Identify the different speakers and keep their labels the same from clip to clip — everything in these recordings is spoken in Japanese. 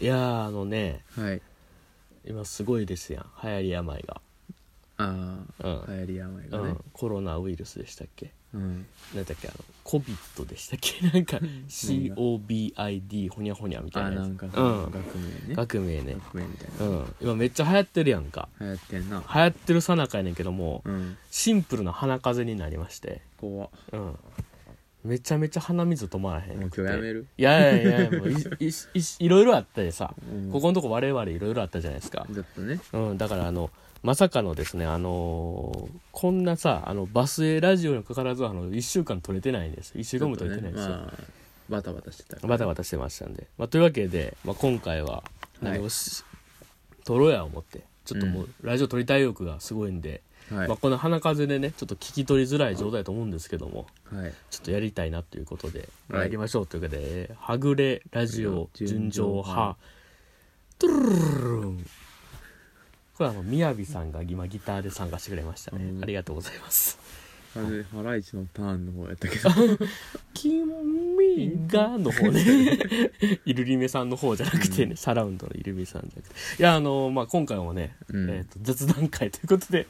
Speaker 1: いやーあのね
Speaker 2: はい
Speaker 1: 今すごいですやん流行り病が、
Speaker 2: ああ、
Speaker 1: うん
Speaker 2: 流行り病
Speaker 1: う
Speaker 2: がね
Speaker 1: ん、コロナウイルスでしたっけ
Speaker 2: うん、
Speaker 1: 何だっけあの COVID でしたっけ なんか COBID ほにゃほにゃみた
Speaker 2: あ
Speaker 1: いなやつ
Speaker 2: なんか、
Speaker 1: うん、
Speaker 2: 学名ね
Speaker 1: 学名ね、
Speaker 2: 学名みたいうな、
Speaker 1: ん、今めっちゃ流行ってるやんか
Speaker 2: 流行ってんな
Speaker 1: 流行ってるさなかやねんけども、
Speaker 2: うん
Speaker 1: シンプルな鼻風邪になりまして、
Speaker 2: 怖っ
Speaker 1: うん、めちゃめちゃ鼻水止まらへん
Speaker 2: もう
Speaker 1: くて
Speaker 2: 今日やめる
Speaker 1: いやいやいやもういいいいいろいろあったでさ、
Speaker 2: うん
Speaker 1: ここのとこ我々いろいろあったじゃないですか、
Speaker 2: ちょっとね
Speaker 1: うん、だからあのまさかのですねあのーこんなさあのバスへラジオにもかかわらずあの1週間撮れてないんです1週間も撮れてないんですよ、
Speaker 2: ちょっとねまあ、バタバタしてたから
Speaker 1: バタバタしてましたんで、まあ、というわけで、まあ、今回は何をし、撮ろうや思ってちょっともう、
Speaker 2: う
Speaker 1: ラジオ撮りたい欲がすごいんで、
Speaker 2: はい、
Speaker 1: まあ、この鼻風でねちょっと聞き取りづらい状態だと思うんですけども
Speaker 2: はい
Speaker 1: ちょっとやりたいなということで、
Speaker 2: はい
Speaker 1: やりましょうということで「はぐれラジオ純
Speaker 2: 純
Speaker 1: 情
Speaker 2: 情
Speaker 1: 派
Speaker 2: 派」
Speaker 1: トゥルルルルルンこれあのみやびさんが今ギターで参加してくれましたね、
Speaker 2: うん
Speaker 1: ありがとうございます
Speaker 2: あれハライチのターンの方やっ たけど
Speaker 1: 「君が」の方ねイルリメさんの方じゃなくてね、サラウンドのイルリメさんじゃなくていやあのまあ今回もね、
Speaker 2: うん
Speaker 1: えーと雑談会ということで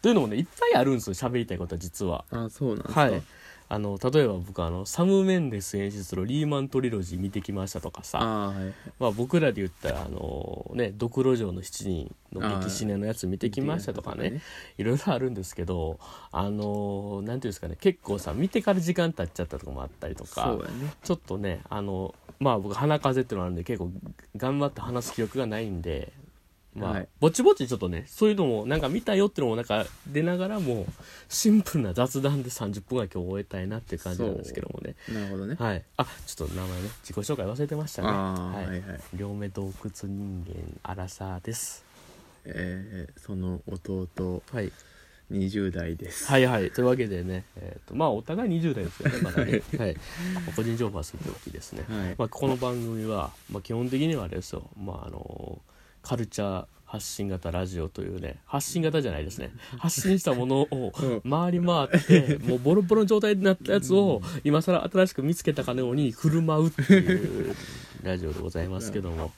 Speaker 1: というのもねいっぱいあるんですよ喋りたいことは実は。
Speaker 2: あそうなんですか、
Speaker 1: はい、あの例えば僕あのサム・メンデス演出のリーマントリロジー見てきましたとかさ
Speaker 2: あーはい
Speaker 1: まあ、僕らで言ったらあの、ね「ドクロ城の七人」の激死ねのやつ見てきましたとかねいろいろあるんですけどあのなんていうんですかね結構さ見てから時間経っちゃったとかもあったりとか
Speaker 2: そうやね
Speaker 1: ちょっとねあのまあ僕鼻風邪っていうのあるんで結構頑張って話す記憶がないんでまあ、
Speaker 2: はい
Speaker 1: ぼちぼちちょっとねそういうのもなんか見たよっていうのもなんか出ながらもシンプルな雑談で30分ぐらい今日終えたいなっていう感じなんですけどもね
Speaker 2: なるほどね、
Speaker 1: はいあちょっと名前ね自己紹介忘れてましたね
Speaker 2: ああはいはい、
Speaker 1: 両目洞窟人間アラサーです
Speaker 2: えー、その弟
Speaker 1: はい
Speaker 2: 20代です
Speaker 1: はいはいというわけでね、えー、とまあお互い20代ですよねまだね、はい、個人情報はすごく大きいですね、
Speaker 2: はい
Speaker 1: まあ、この番組は、まあ、基本的にはあれですよ、まああのカルチャー発信型ラジオというね発信型じゃないですね発信したものを
Speaker 2: うん
Speaker 1: 回り回ってもうボロボロの状態になったやつを今更新しく見つけたかのように振る舞うっていうラジオでございますけども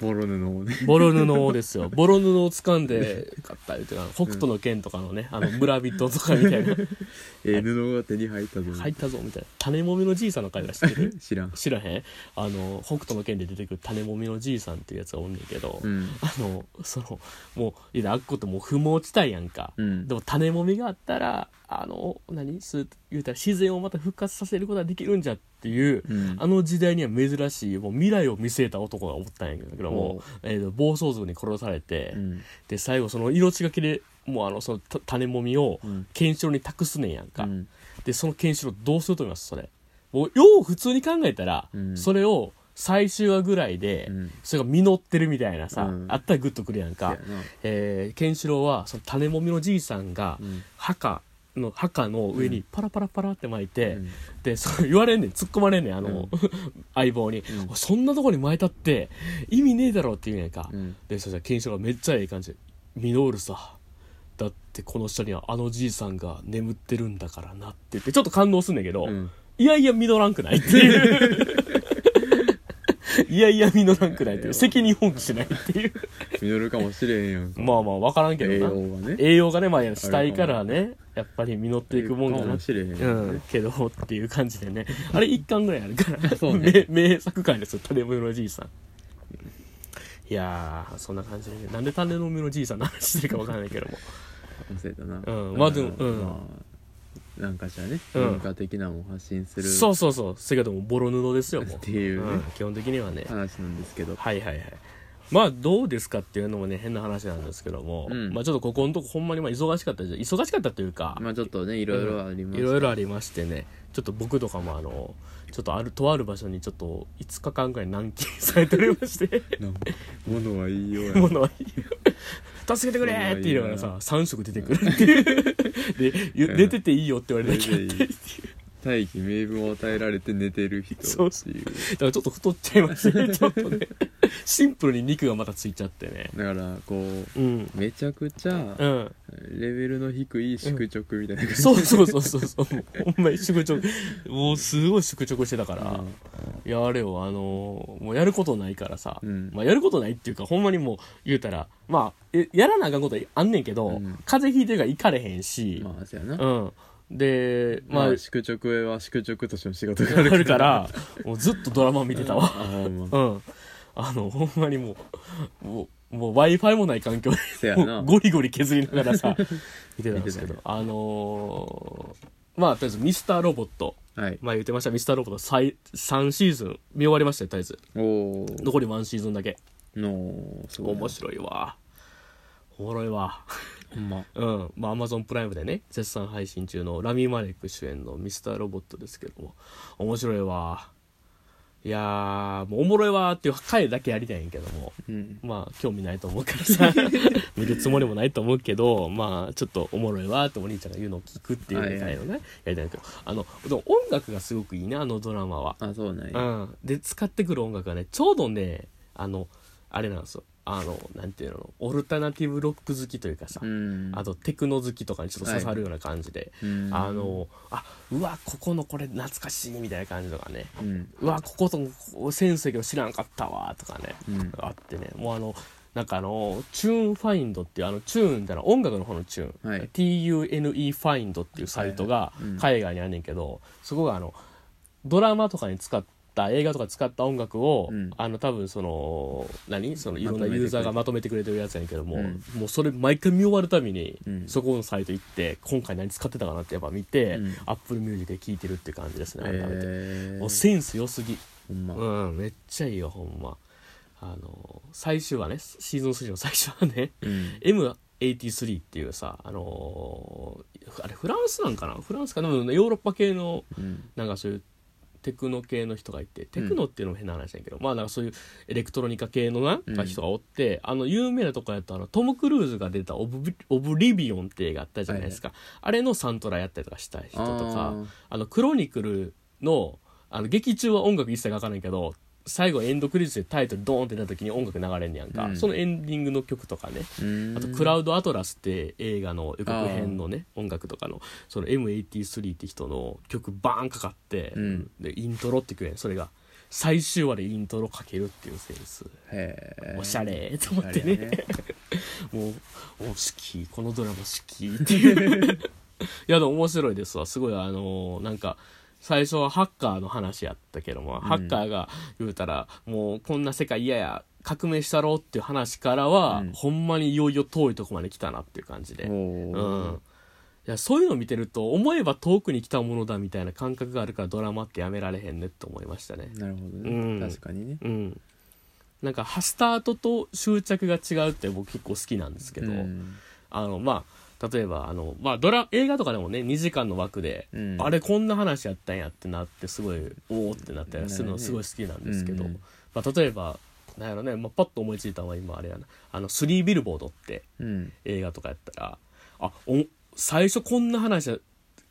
Speaker 2: ボロ布をね
Speaker 1: ボロ布をですよ。ボロ布を掴んで買ったりとか、北斗の剣とかのね、あの村人とかみたい な、
Speaker 2: えー布が手に入ったぞ、
Speaker 1: 入ったぞみたいな。種もみのじいさんの会話知ってる
Speaker 2: 知らん
Speaker 1: 知らへんあの、北斗の剣で出てくる種もみのじいさんっていうやつがおんねんけど、
Speaker 2: うん
Speaker 1: あの、その、もう、いや、あっこってもう不毛地帯やんか。
Speaker 2: うん
Speaker 1: でも種もみがあったら、あの、何す言うたら自然をまた復活させることができるんじゃっていう、
Speaker 2: うん
Speaker 1: あの時代には珍しいもう未来を見据えた男がおったんやけども、えーと暴走族に殺されて、
Speaker 2: うん
Speaker 1: で最後その命がけでもうあのそのた種もみを
Speaker 2: うん
Speaker 1: ケンシロウに託すねんやんか、
Speaker 2: うん
Speaker 1: でそのケンシロウどうすると思いますそれもうよう普通に考えたら、
Speaker 2: うん
Speaker 1: それを最終話ぐらいで、
Speaker 2: うん
Speaker 1: それが実ってるみたいなさ、
Speaker 2: うん
Speaker 1: あったらグッとくるやんか、
Speaker 2: せやな
Speaker 1: えーケンシロウはその種もみのじいさんが
Speaker 2: うん
Speaker 1: 墓の墓の上にパラパラパラって巻いて、
Speaker 2: うん
Speaker 1: でそう言われんねん突っ込まれんねんあの、 相棒に、
Speaker 2: うん
Speaker 1: おいそんなとこに巻いたって意味ねえだろ」って言うんやんか、
Speaker 2: うん
Speaker 1: でそしたら検証がめっちゃええ感じで「ミノールさだってこの下にはあのじいさんが眠ってるんだからな」って言ってちょっと感動すんだけど、
Speaker 2: うん
Speaker 1: いやいや実らんくないっていう いやいや実らんくないっていう責任放棄しないっていう
Speaker 2: 実るかもしれんやん か
Speaker 1: まあまあ分からんけ
Speaker 2: 栄
Speaker 1: ど
Speaker 2: 養
Speaker 1: な
Speaker 2: はね
Speaker 1: 栄養がね、まあ、死体からねやっぱり実っていくもん
Speaker 2: か
Speaker 1: かな
Speaker 2: も
Speaker 1: っ
Speaker 2: しれへんや
Speaker 1: うん、けどっていう感じでねあれ1巻ぐらいあるから
Speaker 2: そうね
Speaker 1: 名名作回ですよ種もみのじいさんいやーそんな感じでねなんで種もみのじいさんの話してるかわからないけども
Speaker 2: 忘れたな
Speaker 1: うんまあでもうん
Speaker 2: まあなんかじゃね
Speaker 1: うん
Speaker 2: 文化的なもん発信する
Speaker 1: そうそうそうせやけどもボロ布ですよもう
Speaker 2: っていうね
Speaker 1: ん基本的にはね
Speaker 2: 話なんですけど
Speaker 1: はいはいはいまあどうですかっていうのもね変な話なんですけども、
Speaker 2: うん
Speaker 1: まあちょっとここのとこほんまにまあ忙しかったじゃ忙しかったというか、
Speaker 2: まあちょっとねいろいろあります
Speaker 1: いろいろありましてねちょっと僕とかもあのちょっとあるとある場所にちょっと5日間ぐらい軟禁されておりまして
Speaker 2: なんか物はいいようや
Speaker 1: ものはいいよ助けてくれーって言いながらさ3食出てくるっていうでゆ出てていいよって言われて
Speaker 2: 出ていい
Speaker 1: 出てっていう
Speaker 2: 大義名分を与えられて寝てる人
Speaker 1: そう
Speaker 2: っていう
Speaker 1: だからちょっと太っちゃいますねちょっとねシンプルに肉がまたついちゃってね
Speaker 2: だからこう
Speaker 1: うん
Speaker 2: めちゃくちゃ
Speaker 1: うん
Speaker 2: レベルの低い宿直みたいな感じ
Speaker 1: そうそうそうそうそう もうほんまに宿直もうすごい宿直してたから、いやあれよあのーもうやることないからさ、
Speaker 2: うん
Speaker 1: まあ、やることないっていうかほんまにもう言うたらまあえやらなあかんことあんねんけど、
Speaker 2: うん
Speaker 1: 風邪ひいてるから行かれへんし、
Speaker 2: まあそうやな、
Speaker 1: うんでま
Speaker 2: ま
Speaker 1: あ、
Speaker 2: あ宿直は宿直としての仕事があ
Speaker 1: あ
Speaker 2: るから
Speaker 1: るからもうずっとドラマ見てたわ
Speaker 2: ああま
Speaker 1: う
Speaker 2: あ
Speaker 1: んあのほんまにもうもうもう w i f i もない環境で
Speaker 2: せや
Speaker 1: も
Speaker 2: な
Speaker 1: うゴリゴリ削りながら さ見てたんですけ
Speaker 2: 見
Speaker 1: ど、
Speaker 2: てたね
Speaker 1: あのーまあとりあえずミスターロボット
Speaker 2: はい
Speaker 1: 前言ってましたミスターロボット最3シーズン見終わりましたよとりあえず
Speaker 2: おお
Speaker 1: 残り1シーズンだけ
Speaker 2: のすごい
Speaker 1: 面白いわおもろいわ
Speaker 2: ほんま
Speaker 1: うんまあ Amazon プライムでね絶賛配信中のラミ・マレック主演のミスターロボットですけども面白いわいやーもうおもろいわーっていう回だけやりたいんやけども
Speaker 2: うん
Speaker 1: まあ興味ないと思うから さ見るつもりもないと思うけどまあちょっとおもろいわーってお兄ちゃんが言うのを聞くっていうみたいなねやりたいんだけどあのでも音楽がすごくいいねあのドラマは
Speaker 2: あそうなん
Speaker 1: う
Speaker 2: や
Speaker 1: ん、で使ってくる音楽がねちょうどねあのあれなんですよあのなんていうのオルタナティブロック好きというかさ、
Speaker 2: うん
Speaker 1: あとテクノ好きとかにちょっと刺さるような感じで、
Speaker 2: うん
Speaker 1: あのあうわここのこれ懐かしいみたいな感じとかね
Speaker 2: うん
Speaker 1: うわこことここ先生が知らんかったわとかね、
Speaker 2: うん
Speaker 1: あってねもうあのなんかあのチューンファインドっていうあのチューンってのは音楽の方のチューン、
Speaker 2: はい
Speaker 1: TUNE ファインドっていうサイトが
Speaker 2: いはいうん
Speaker 1: 海外にあんねんけど、そこがあのドラマとかに使った映画とか使った音楽を、
Speaker 2: うん
Speaker 1: あの多分その何そのいろんな
Speaker 2: まとめてくれ
Speaker 1: ユーザーがまとめてくれてるやつやねんけども、
Speaker 2: うん
Speaker 1: もうそれ毎回見終わるたびに、
Speaker 2: うん
Speaker 1: そこのサイト行って今回何使ってたかなってやっぱ見て、
Speaker 2: うん
Speaker 1: Apple Music で聴いてるって感じですね改めて。
Speaker 2: え
Speaker 1: もう
Speaker 2: ー
Speaker 1: センス良すぎ
Speaker 2: ほんま
Speaker 1: うんめっちゃいいよほんまあの最終はねシーズン3の最初はね
Speaker 2: うん
Speaker 1: M83 っていうさあのーあれフランスなんかなフランスかなでもヨーロッパ系の
Speaker 2: うん
Speaker 1: なんかそういうテクノ系の人がいてテクノっていうのも変な話だけど、まあなんかそういうエレクトロニカ系のな、
Speaker 2: うん
Speaker 1: 人がおってあの有名なとこやったらトム・クルーズが出たオブ「オブリビオン」って映画あったじゃないですか、あれのサントラやったりとかした人とか
Speaker 2: あー
Speaker 1: あのクロニクルのあの劇中は音楽一切書かないけど最後エンドクリジットでタイトルドーンって出た時に音楽流れんねやんか、
Speaker 2: うん
Speaker 1: そのエンディングの曲とかね
Speaker 2: うん
Speaker 1: あと「クラウドアトラス」って映画の予告編のね音楽とかのその M83 って人の曲バーンかかって、
Speaker 2: うん
Speaker 1: でイントロってくれんそれが最終話でイントロかけるっていうセンス
Speaker 2: へえ
Speaker 1: おしゃれと
Speaker 2: お
Speaker 1: 思っ
Speaker 2: しゃ
Speaker 1: て
Speaker 2: れ
Speaker 1: ね
Speaker 2: やね
Speaker 1: もうお好きこのドラマ好きっていう いやでも面白いですわすごいあのーなんか最初はハッカーの話やったけども、ハッカーが言うたらもうこんな世界嫌や革命したろっていう話からは、
Speaker 2: うん
Speaker 1: ほんまにいよいよ遠いとこまで来たなっていう感じで、
Speaker 2: お
Speaker 1: うん
Speaker 2: ー、
Speaker 1: いやそういうの見てると思えば遠くに来たものだみたいな感覚があるからドラマってやめられへんねって思いましたね
Speaker 2: なるほど
Speaker 1: うん
Speaker 2: ね確かにね
Speaker 1: うんなんかはスタートと終着が違うって僕結構好きなんですけど、
Speaker 2: うん
Speaker 1: あのまあ例えばあの、まあ、ドラ映画とかでもね2時間の枠で、
Speaker 2: うん
Speaker 1: あれこんな話やったんやってなってすごいおおってなったりするの
Speaker 2: なるね
Speaker 1: すごい好きなんですけど、
Speaker 2: うん
Speaker 1: まあ、例えばなんやろね、まあ、パッと思いついたのは今あれやな「あのスリービルボード」って
Speaker 2: うん
Speaker 1: 映画とかやったらあお最初こんな話や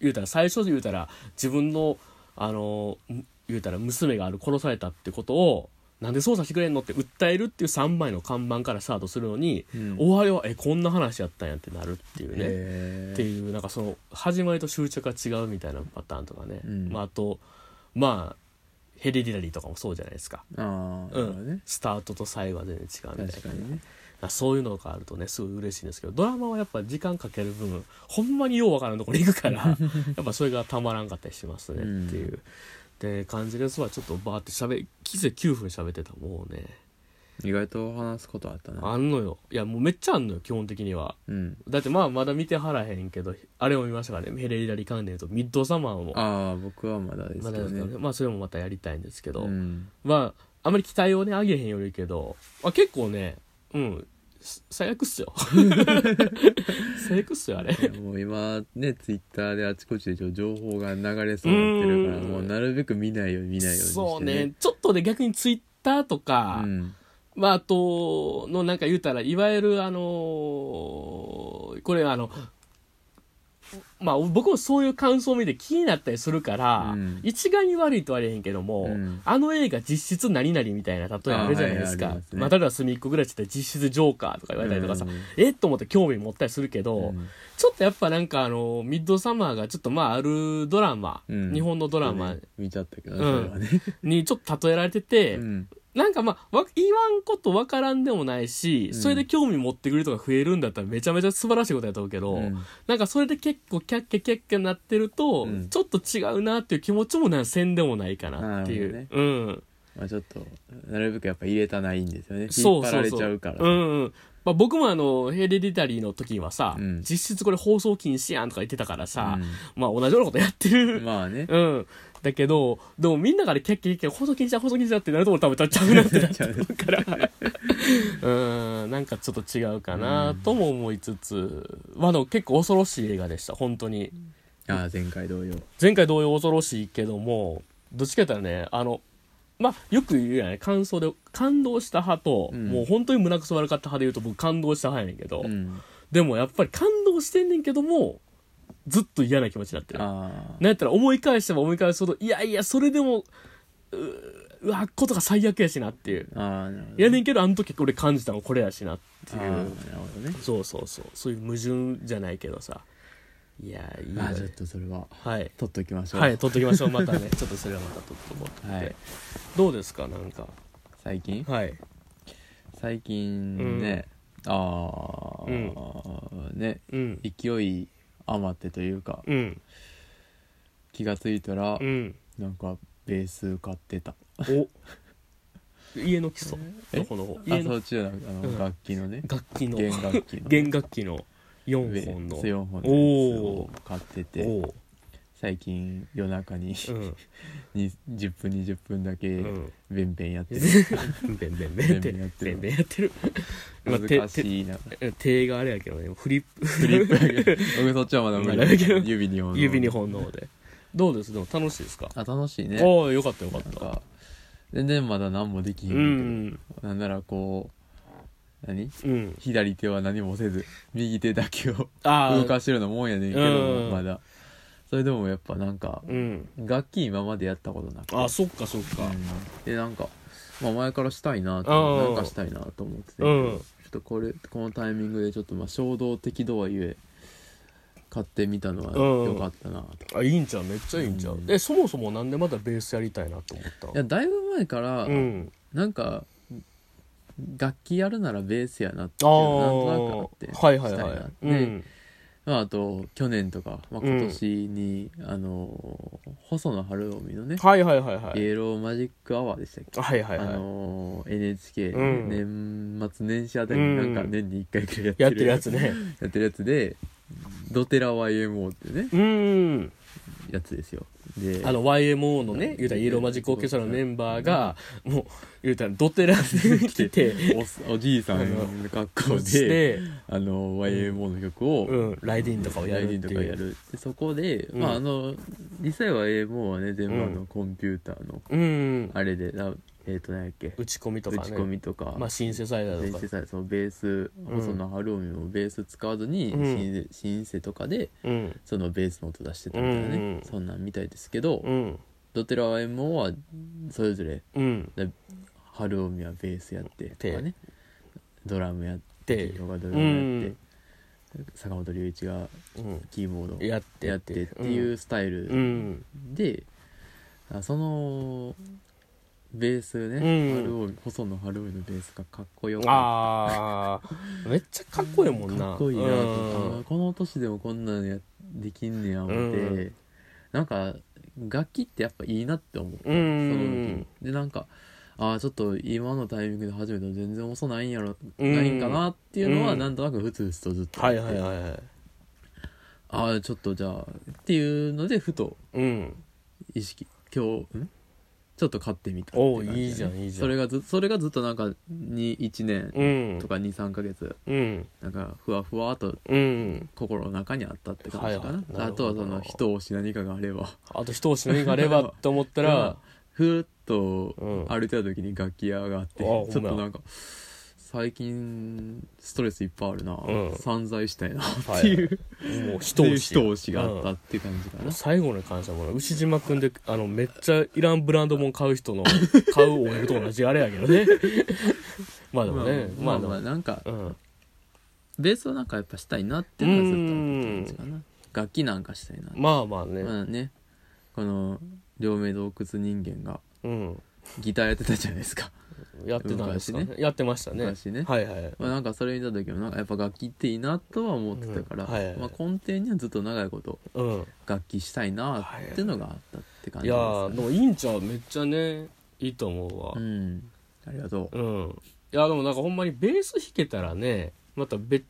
Speaker 1: 言うたら最初で言うたら自分のあのむ言うたら娘がある殺されたってことをなんで捜査してくれんのって訴えるっていう3枚の看板からスタートするのに、
Speaker 2: うん
Speaker 1: 終わりはえこんな話やったんやってなるっていうね、
Speaker 2: へ
Speaker 1: って
Speaker 2: え
Speaker 1: いうなんかその始まりと終着が違うみたいなパターンとかね、
Speaker 2: うん
Speaker 1: まあ、あとまあヘレディタリーとかもそうじゃないですか、
Speaker 2: ああ
Speaker 1: う
Speaker 2: なるほど
Speaker 1: ん
Speaker 2: ね、
Speaker 1: スタートと最後は全然違うみたい
Speaker 2: 確か
Speaker 1: な
Speaker 2: にね
Speaker 1: あそういうのがあるとねすごい嬉しいんですけどドラマはやっぱ時間かける分ほんまにようわからんところに行く からやっぱそれがたまらんかったりしますねっていう、で感じですわちょっとバーってしゃべきつい9分喋ってたもうね
Speaker 2: 意外と話すことあったな
Speaker 1: あんのよいやもうめっちゃあんのよ基本的には
Speaker 2: うん
Speaker 1: だってまあまだ見てはらへんけどあれも見ましたからねヘレイラリー関連とミッドサマーも
Speaker 2: ああ僕はまだで
Speaker 1: ますだ
Speaker 2: け
Speaker 1: で
Speaker 2: ど
Speaker 1: すけどね
Speaker 2: ね
Speaker 1: まあそれもまたやりたいんですけど、
Speaker 2: うん
Speaker 1: まああまり期待をね上げへんよりけど、まあ、結構ねうんす最悪っ すよ最悪っすよあれ
Speaker 2: いやもう今ねツイッターであちこちで情報が流れそうになってるから
Speaker 1: うん
Speaker 2: もうなるべく見ないように見ないようにして、ね、
Speaker 1: そうねちょっとで逆にツイッターと
Speaker 2: う
Speaker 1: か、
Speaker 2: ん
Speaker 1: まああとのなんか言うたらいわゆるあのーこれあのまあ僕もそういう感想を見て気になったりするから、
Speaker 2: うん
Speaker 1: 一概に悪いとは言えへんけども、
Speaker 2: うん
Speaker 1: あの映画実質何々みたいな例えあるじゃないですか。
Speaker 2: あーはい
Speaker 1: ま
Speaker 2: はいありますね
Speaker 1: あ例えば隅っこぐらいちって実質ジョーカーとか言われたりとかさ、
Speaker 2: うん
Speaker 1: えっと思って興味持ったりするけど、
Speaker 2: うん
Speaker 1: ちょっとやっぱなんかあの、ミッドサマーがちょっとまああるドラマ、
Speaker 2: うん
Speaker 1: 日本のドラマ
Speaker 2: 見ちゃったけどね、
Speaker 1: うん
Speaker 2: それはね。
Speaker 1: にちょっと例えられてて、
Speaker 2: うん
Speaker 1: なんかまあ、わ言わんことわからんでもないし、
Speaker 2: うん
Speaker 1: それで興味持ってくれる人が増えるんだったらめちゃめちゃ素晴らしいことやと思うけど、
Speaker 2: うん
Speaker 1: なんかそれで結構キャッキャキャッキャなってると、
Speaker 2: うん
Speaker 1: ちょっと違うなっていう気持ちもなんかせんでもないかなっていう。
Speaker 2: なる
Speaker 1: うん。
Speaker 2: まあちょっと、なるべくやっぱ入れたないんですよね。
Speaker 1: そ
Speaker 2: 引っ
Speaker 1: う
Speaker 2: 張
Speaker 1: そ
Speaker 2: ら
Speaker 1: う
Speaker 2: れ
Speaker 1: そう。
Speaker 2: ちゃうから。
Speaker 1: んうん。まあ、僕もあの、ヘレディタリーの時はさ、
Speaker 2: うん
Speaker 1: 実質これ放送禁止やんとか言ってたからさ、
Speaker 2: う
Speaker 1: まあ同じようなことやってる
Speaker 2: ん。まあね。
Speaker 1: うん。だけど、でもみんながね、キャッキャキャッキャ、放送禁止だ、放送禁止だってなると俺多分ちゃうなってなっちゃうから。うん、なんかちょっと違うかなとも思いつつ、まあでも結構恐ろしい映画でした、本当に。
Speaker 2: ああ、前回同様。
Speaker 1: 前回同様恐ろしいけども、どっちかというとね、あの、まあ、よく言うやんね、感想で、感動した派と、
Speaker 2: うん
Speaker 1: もう本当に胸くそ悪かった派で言うと僕感動した派やねんけど、
Speaker 2: うん。
Speaker 1: でもやっぱり感動してんねんけども、ずっと嫌な気持ちになってる。
Speaker 2: ああ。
Speaker 1: なんやったら思い返しても思い返すほど、いやいや、それでも、ううわ、ことが最悪やしなっていう。
Speaker 2: ああ、なるほど。
Speaker 1: いやねんけど、あの時俺感じたのこれやしなってい
Speaker 2: ああなる
Speaker 1: う。
Speaker 2: ほどね。
Speaker 1: そうそうそう。そういう矛盾じゃないけどさ。いや、いい
Speaker 2: ま
Speaker 1: わ
Speaker 2: あちょっ
Speaker 1: ね。
Speaker 2: とそれは、
Speaker 1: はい。
Speaker 2: 取っときましょう。
Speaker 1: はい、取ってきましょう。またね。 ちょっとそれはまた取ってもらって。
Speaker 2: はい
Speaker 1: どうですか、なんか。
Speaker 2: 最近
Speaker 1: はい。
Speaker 2: 最近ね、ああ、
Speaker 1: うん
Speaker 2: ね、
Speaker 1: うん。
Speaker 2: 勢い余ってというか、
Speaker 1: うん。
Speaker 2: 気がついたら、
Speaker 1: うん。
Speaker 2: なんか、ベース買ってた。
Speaker 1: お家の基礎どこの方
Speaker 2: あ、
Speaker 1: 家
Speaker 2: そ
Speaker 1: の
Speaker 2: う、中なあ
Speaker 1: うん
Speaker 2: の、楽器のね、
Speaker 1: 楽器の、
Speaker 2: 弦楽器の。
Speaker 1: 弦楽器の
Speaker 2: ベ
Speaker 1: 4本
Speaker 2: ー
Speaker 1: の
Speaker 2: ス。4本の
Speaker 1: お
Speaker 2: や
Speaker 1: ー
Speaker 2: つを買ってて、
Speaker 1: おう
Speaker 2: 最近夜中に
Speaker 1: うん。
Speaker 2: に10分20分だけ
Speaker 1: ん
Speaker 2: べんべんやってる。
Speaker 1: ベンベンベンって
Speaker 2: ベンベンやって
Speaker 1: ベ
Speaker 2: る
Speaker 1: ンベンやってるまあ
Speaker 2: 恥ずかしいな。
Speaker 1: 手手があれやけどねフリップ
Speaker 2: フリップだ けど僕そっちはまだ無理だけど指2本の
Speaker 1: 指2本の方でどうですでも楽しいですか
Speaker 2: あ楽しいね
Speaker 1: ああよかったよかっ
Speaker 2: なん
Speaker 1: た
Speaker 2: か全然まだ何もできへ
Speaker 1: うんん
Speaker 2: けどなんならこう何
Speaker 1: うん
Speaker 2: 左手は何も せず右手だけを
Speaker 1: ああ
Speaker 2: 動かしてるのもんやねんけ
Speaker 1: う
Speaker 2: ど
Speaker 1: ん
Speaker 2: まだそれでもやっぱなんか
Speaker 1: うん
Speaker 2: 楽器今までやったことなくて
Speaker 1: あそっかそっか
Speaker 2: うんでなんか、まあ、前からしたいなと
Speaker 1: う
Speaker 2: なんんかしたいなと思ってて、
Speaker 1: うん
Speaker 2: ちょっとこれこのタイミングでちょっとまあ衝動的とはいえ買ってみたの
Speaker 1: うん
Speaker 2: は良かったなと、い
Speaker 1: あいいんちゃうめっちゃいいんちゃう
Speaker 2: うん
Speaker 1: えそもそもなんでまたベースやりたいなと思った
Speaker 2: やだいぶ前から、
Speaker 1: うん
Speaker 2: なんか楽器やるならベースやなって
Speaker 1: あ
Speaker 2: いう
Speaker 1: あ
Speaker 2: のがなんとなくあって
Speaker 1: はいはいは
Speaker 2: したなっ
Speaker 1: い
Speaker 2: て
Speaker 1: う
Speaker 2: で
Speaker 1: ん
Speaker 2: まあ、あと去年とか、まあ、今年に、あのー細野晴臣のね、
Speaker 1: はいはいはいは
Speaker 2: イ
Speaker 1: い
Speaker 2: エローマジックアワーでしたっけ
Speaker 1: はいはい
Speaker 2: あ
Speaker 1: は
Speaker 2: のー NHK、
Speaker 1: うん
Speaker 2: 年末年始あたりになんか
Speaker 1: うん
Speaker 2: 年に1回くらい
Speaker 1: いや
Speaker 2: やっ
Speaker 1: っててる
Speaker 2: る
Speaker 1: やつね
Speaker 2: やってるやつで「ドテラ YMO」っていうね
Speaker 1: うん
Speaker 2: やつですよで
Speaker 1: あの YMO のね、言うたらイエローマジックオーケストラのメンバーが、もう、言うたらドテラで 来て、
Speaker 2: おおじいさんの格 好
Speaker 1: そし
Speaker 2: で
Speaker 1: て、
Speaker 2: あの YMO の曲を、
Speaker 1: うん、ライディーンとかをや
Speaker 2: ライ
Speaker 1: る
Speaker 2: デ
Speaker 1: っ
Speaker 2: ィーン
Speaker 1: て
Speaker 2: と
Speaker 1: い
Speaker 2: かや
Speaker 1: う。
Speaker 2: るでそこで、
Speaker 1: うん
Speaker 2: まああの実際 YMO はね全部あ
Speaker 1: う
Speaker 2: のコンピューターの
Speaker 1: うん、
Speaker 2: あれでなえっ、と何やっけ
Speaker 1: 打ち込みと
Speaker 2: 打
Speaker 1: か
Speaker 2: ち
Speaker 1: ね。
Speaker 2: 込みとか、
Speaker 1: まあ、シンセサイダ
Speaker 2: シ
Speaker 1: ー
Speaker 2: ン
Speaker 1: と
Speaker 2: セ
Speaker 1: か。
Speaker 2: サイそのベース
Speaker 1: うん
Speaker 2: 細野晴臣もベース使わずにシ
Speaker 1: うん
Speaker 2: ンセシンセとかで
Speaker 1: うん、
Speaker 2: そのベースの音出してたみたいなね、
Speaker 1: うんうん
Speaker 2: そんなんみたいですけど、
Speaker 1: うん、
Speaker 2: ドテラ MO はそれぞれ
Speaker 1: うん。
Speaker 2: 春臣はベースやってとかねドラムやって
Speaker 1: で
Speaker 2: ヒロがドラムやっ
Speaker 1: うん
Speaker 2: て、坂本龍一が
Speaker 1: うん、
Speaker 2: キーボードを
Speaker 1: やって
Speaker 2: やってっていうスタイ
Speaker 1: うん。う
Speaker 2: ル
Speaker 1: ん、
Speaker 2: で、あそのベースね、
Speaker 1: うん
Speaker 2: 春臣細野晴臣のベースがかっこよかっ
Speaker 1: あ ー、めっちゃかっこいいも
Speaker 2: た
Speaker 1: んな。
Speaker 2: かっこいいなと
Speaker 1: うん
Speaker 2: あこの年でもこんなんやできんねや思って、
Speaker 1: うん
Speaker 2: なんか楽器ってやっぱいいなって思った、
Speaker 1: う
Speaker 2: その時
Speaker 1: ん
Speaker 2: に。でなんかああちょっと今のタイミングで始めたら全然遅ないんやろ、
Speaker 1: うん
Speaker 2: ないんかなっていうのは
Speaker 1: うん
Speaker 2: なんとなくふつふつとずっと
Speaker 1: はいはいはいはい。
Speaker 2: ああちょっとじゃあっていうのでふと
Speaker 1: うん。
Speaker 2: 意識今日んちょっと買ってみたって
Speaker 1: おう
Speaker 2: う感だね
Speaker 1: いいじゃんいいじゃん
Speaker 2: それがずそれがずっとなんか1
Speaker 1: う
Speaker 2: 年
Speaker 1: ん
Speaker 2: と。か23か月
Speaker 1: うん。
Speaker 2: なんかふわふわと
Speaker 1: うん。
Speaker 2: 心の中にあったって感じかな,、
Speaker 1: はいはいなる
Speaker 2: あ
Speaker 1: ほど
Speaker 2: とはその人をし何かがあれば
Speaker 1: あと一押しの絵があればって思ったら、
Speaker 2: ふーっと
Speaker 1: うん
Speaker 2: 歩いてた時に楽器屋があって、
Speaker 1: あほんまや
Speaker 2: ちょっとなんか最近ストレスいっぱいあるな、
Speaker 1: うん
Speaker 2: 散財したいな
Speaker 1: は
Speaker 2: っ
Speaker 1: い
Speaker 2: ていう、
Speaker 1: もう
Speaker 2: って
Speaker 1: 人
Speaker 2: いう
Speaker 1: 押し
Speaker 2: 人押しがあった
Speaker 1: う
Speaker 2: っ
Speaker 1: ん
Speaker 2: ていう感じかな、
Speaker 1: 最後に関してはもう牛島君であのめっちゃいらんブランドもん買う人 の買う俺と同じあれやけどね まあでもね
Speaker 2: ま
Speaker 1: ま
Speaker 2: あま
Speaker 1: あ
Speaker 2: あまあ
Speaker 1: でも
Speaker 2: なんか
Speaker 1: うん
Speaker 2: ベースはなんかやっぱしたいなっていうのはずっとあったって感じかな楽器なんかしたいな
Speaker 1: まあまあね
Speaker 2: まあねこの両目洞窟人間が
Speaker 1: うん
Speaker 2: ギターやってたじゃないですか、
Speaker 1: やってたんですかね
Speaker 2: 昔
Speaker 1: やってましたね
Speaker 2: 昔ね
Speaker 1: はいはい
Speaker 2: まあ、なんかそれ見た時もなんかやっぱ楽器っていいなとは思ってたから、
Speaker 1: うんはいはい
Speaker 2: まあ、根底にはずっと長いこと
Speaker 1: うん
Speaker 2: 楽器したいなっていうのがあったって感
Speaker 1: い
Speaker 2: じ
Speaker 1: や
Speaker 2: です
Speaker 1: ーでもいいんちゃうめっちゃねいいと思うわ
Speaker 2: うんありがとう
Speaker 1: うんいやでもなんかほんまにベース弾けたらねまた別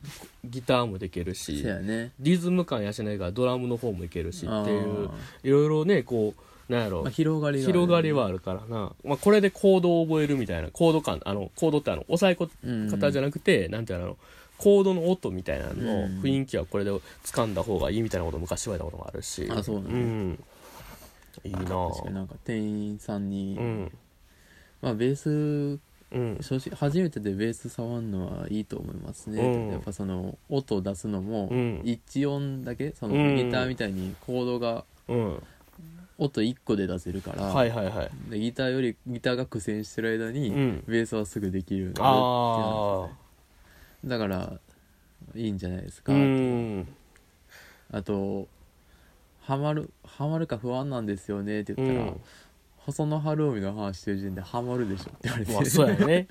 Speaker 1: ギターもできるし
Speaker 2: せやね
Speaker 1: リズム感養いからドラムの方もいけるしっていう
Speaker 2: あ
Speaker 1: いろいろねこうなんやろ
Speaker 2: ーまあ、広がりがある
Speaker 1: 広がりはあるからな、まあ、これでコードを覚えるみたいなコード感あのコードってあの押さえこ方じゃ
Speaker 2: な
Speaker 1: なくて、なんていうのあのコードの音みたいなのの
Speaker 2: うん
Speaker 1: 雰囲気はこれで掴んだ方がいいみたいなことを昔言われたこともあるし
Speaker 2: あそうなんだ
Speaker 1: んいいなぁ
Speaker 2: 確かになんか店員さんに、
Speaker 1: うん
Speaker 2: まあベース
Speaker 1: うん
Speaker 2: 正直初めてでベース触るのはいいと思いますね、
Speaker 1: うん
Speaker 2: やっぱその音を出すのも
Speaker 1: うん
Speaker 2: 一音だけその
Speaker 1: うん
Speaker 2: ギターみたいにコードが
Speaker 1: うん
Speaker 2: 音1個で出せるから、
Speaker 1: はいはいはい
Speaker 2: でギターよりギターが苦戦してる間に、
Speaker 1: うん
Speaker 2: ベースはすぐできるようになる
Speaker 1: ああ
Speaker 2: っていうのはだからいいんじゃないですか、
Speaker 1: うん
Speaker 2: あと「ハマるハマるか不安なんですよね」って
Speaker 1: う
Speaker 2: 言ったら、
Speaker 1: ん
Speaker 2: 細野晴臣の話してる時点でハマるでしょって言われて、
Speaker 1: まあそうやね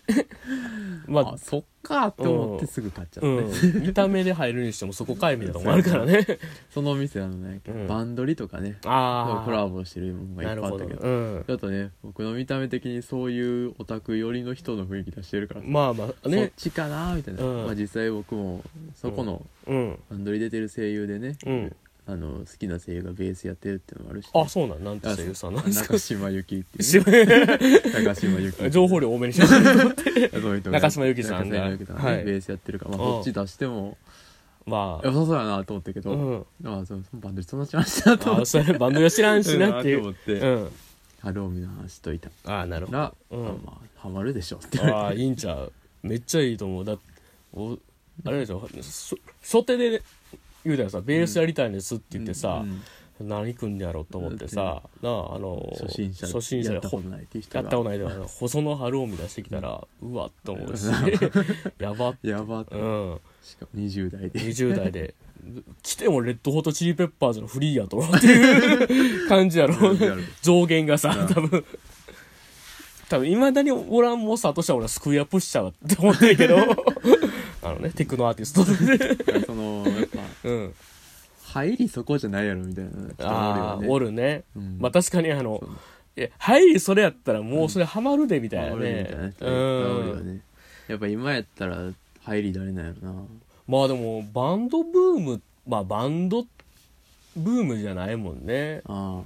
Speaker 1: ま
Speaker 2: あ
Speaker 1: あ
Speaker 2: そっかと思ってすぐ買っちゃった
Speaker 1: う
Speaker 2: ね、
Speaker 1: ん、見た目で入るにしてもそこかいみたいなとこもあるからね
Speaker 2: その店あのね、
Speaker 1: うん
Speaker 2: バンドリとかね
Speaker 1: ああ
Speaker 2: コラボしてるものがいっ
Speaker 1: な
Speaker 2: ぱ
Speaker 1: いる
Speaker 2: あ
Speaker 1: ほ
Speaker 2: った
Speaker 1: ど、
Speaker 2: けど
Speaker 1: うん、
Speaker 2: ちょっとね僕の見た目的にそういうオタク寄りの人の雰囲気出してるから、
Speaker 1: まあまあ
Speaker 2: そっ
Speaker 1: ね
Speaker 2: ちかなみたいな、
Speaker 1: うん
Speaker 2: まあ、実際僕もそこの
Speaker 1: うん
Speaker 2: バンドリ出てる声優でね、
Speaker 1: うん
Speaker 2: あの好きな声優がベースやってるっていうのもあるしね、
Speaker 1: あそうなんなんて声優さんなんですか
Speaker 2: 中島由紀っていうね、
Speaker 1: し
Speaker 2: 中島由紀って
Speaker 1: 情報量多めにしました けど
Speaker 2: そういう人
Speaker 1: 中島由紀さんが
Speaker 2: 中島由紀さんね
Speaker 1: はい
Speaker 2: ベースやってるから、まあ、
Speaker 1: うん
Speaker 2: どっち出しても
Speaker 1: ま
Speaker 2: 良
Speaker 1: あ
Speaker 2: さそうやなと思ったけど、
Speaker 1: うん
Speaker 2: まあそのバンドリ友達の話だと思
Speaker 1: あ
Speaker 2: って
Speaker 1: それバンドが知らんし
Speaker 2: うん
Speaker 1: なっていう
Speaker 2: 思っ
Speaker 1: う
Speaker 2: て
Speaker 1: ん
Speaker 2: ハローミの話しといた
Speaker 1: ああなるほど
Speaker 2: ら、
Speaker 1: うん
Speaker 2: まあまあハマるでしょって
Speaker 1: ああいいんちゃうめっちゃいいと思うだっておあれでしょそ初手で言うたらさベースやりたいんですって言ってさ、
Speaker 2: うん
Speaker 1: 何組んでやろうと思ってさ、なああの
Speaker 2: 初心者
Speaker 1: 初心者
Speaker 2: や
Speaker 1: で
Speaker 2: ったことないっていう
Speaker 1: や
Speaker 2: 人
Speaker 1: っ
Speaker 2: が
Speaker 1: たことないであの細野晴臣出してきたらうわっと思うし やばっ
Speaker 2: やばっ
Speaker 1: うん
Speaker 2: しかも20代で
Speaker 1: 20代で来てもレッドホットチリペッパーズのフリーやとっていう感じやろ
Speaker 2: 感じやろ
Speaker 1: 上限がさ
Speaker 2: うん
Speaker 1: 多分多分いまだにオランモサとしては俺はスクエアプッシャーって思ってるけ どあのねテクノアーティストで、
Speaker 2: そのやっぱ
Speaker 1: うん、
Speaker 2: 入りそこじゃないやろみたいな人もおる
Speaker 1: あ
Speaker 2: よ
Speaker 1: あ
Speaker 2: ね
Speaker 1: おるね、
Speaker 2: うん
Speaker 1: まあ確かにあのいやはいそれやったらもうそれハマるでみたいな
Speaker 2: 俺み
Speaker 1: ね
Speaker 2: たいな人
Speaker 1: う
Speaker 2: おるよ
Speaker 1: ん
Speaker 2: ねやっぱ今やったら入りだれなんやろな
Speaker 1: まあでもバンドブームまあバンドブームじゃないもんね
Speaker 2: あ